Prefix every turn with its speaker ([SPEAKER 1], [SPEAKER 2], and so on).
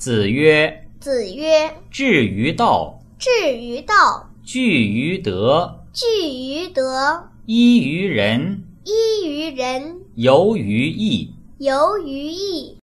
[SPEAKER 1] 子曰
[SPEAKER 2] 子曰：“
[SPEAKER 1] 至于道，：“
[SPEAKER 2] 至于道，
[SPEAKER 1] 据于德，
[SPEAKER 2] 据于德，
[SPEAKER 1] 依于仁，
[SPEAKER 2] 依于仁，
[SPEAKER 1] 游于义。”
[SPEAKER 2] 游于义。”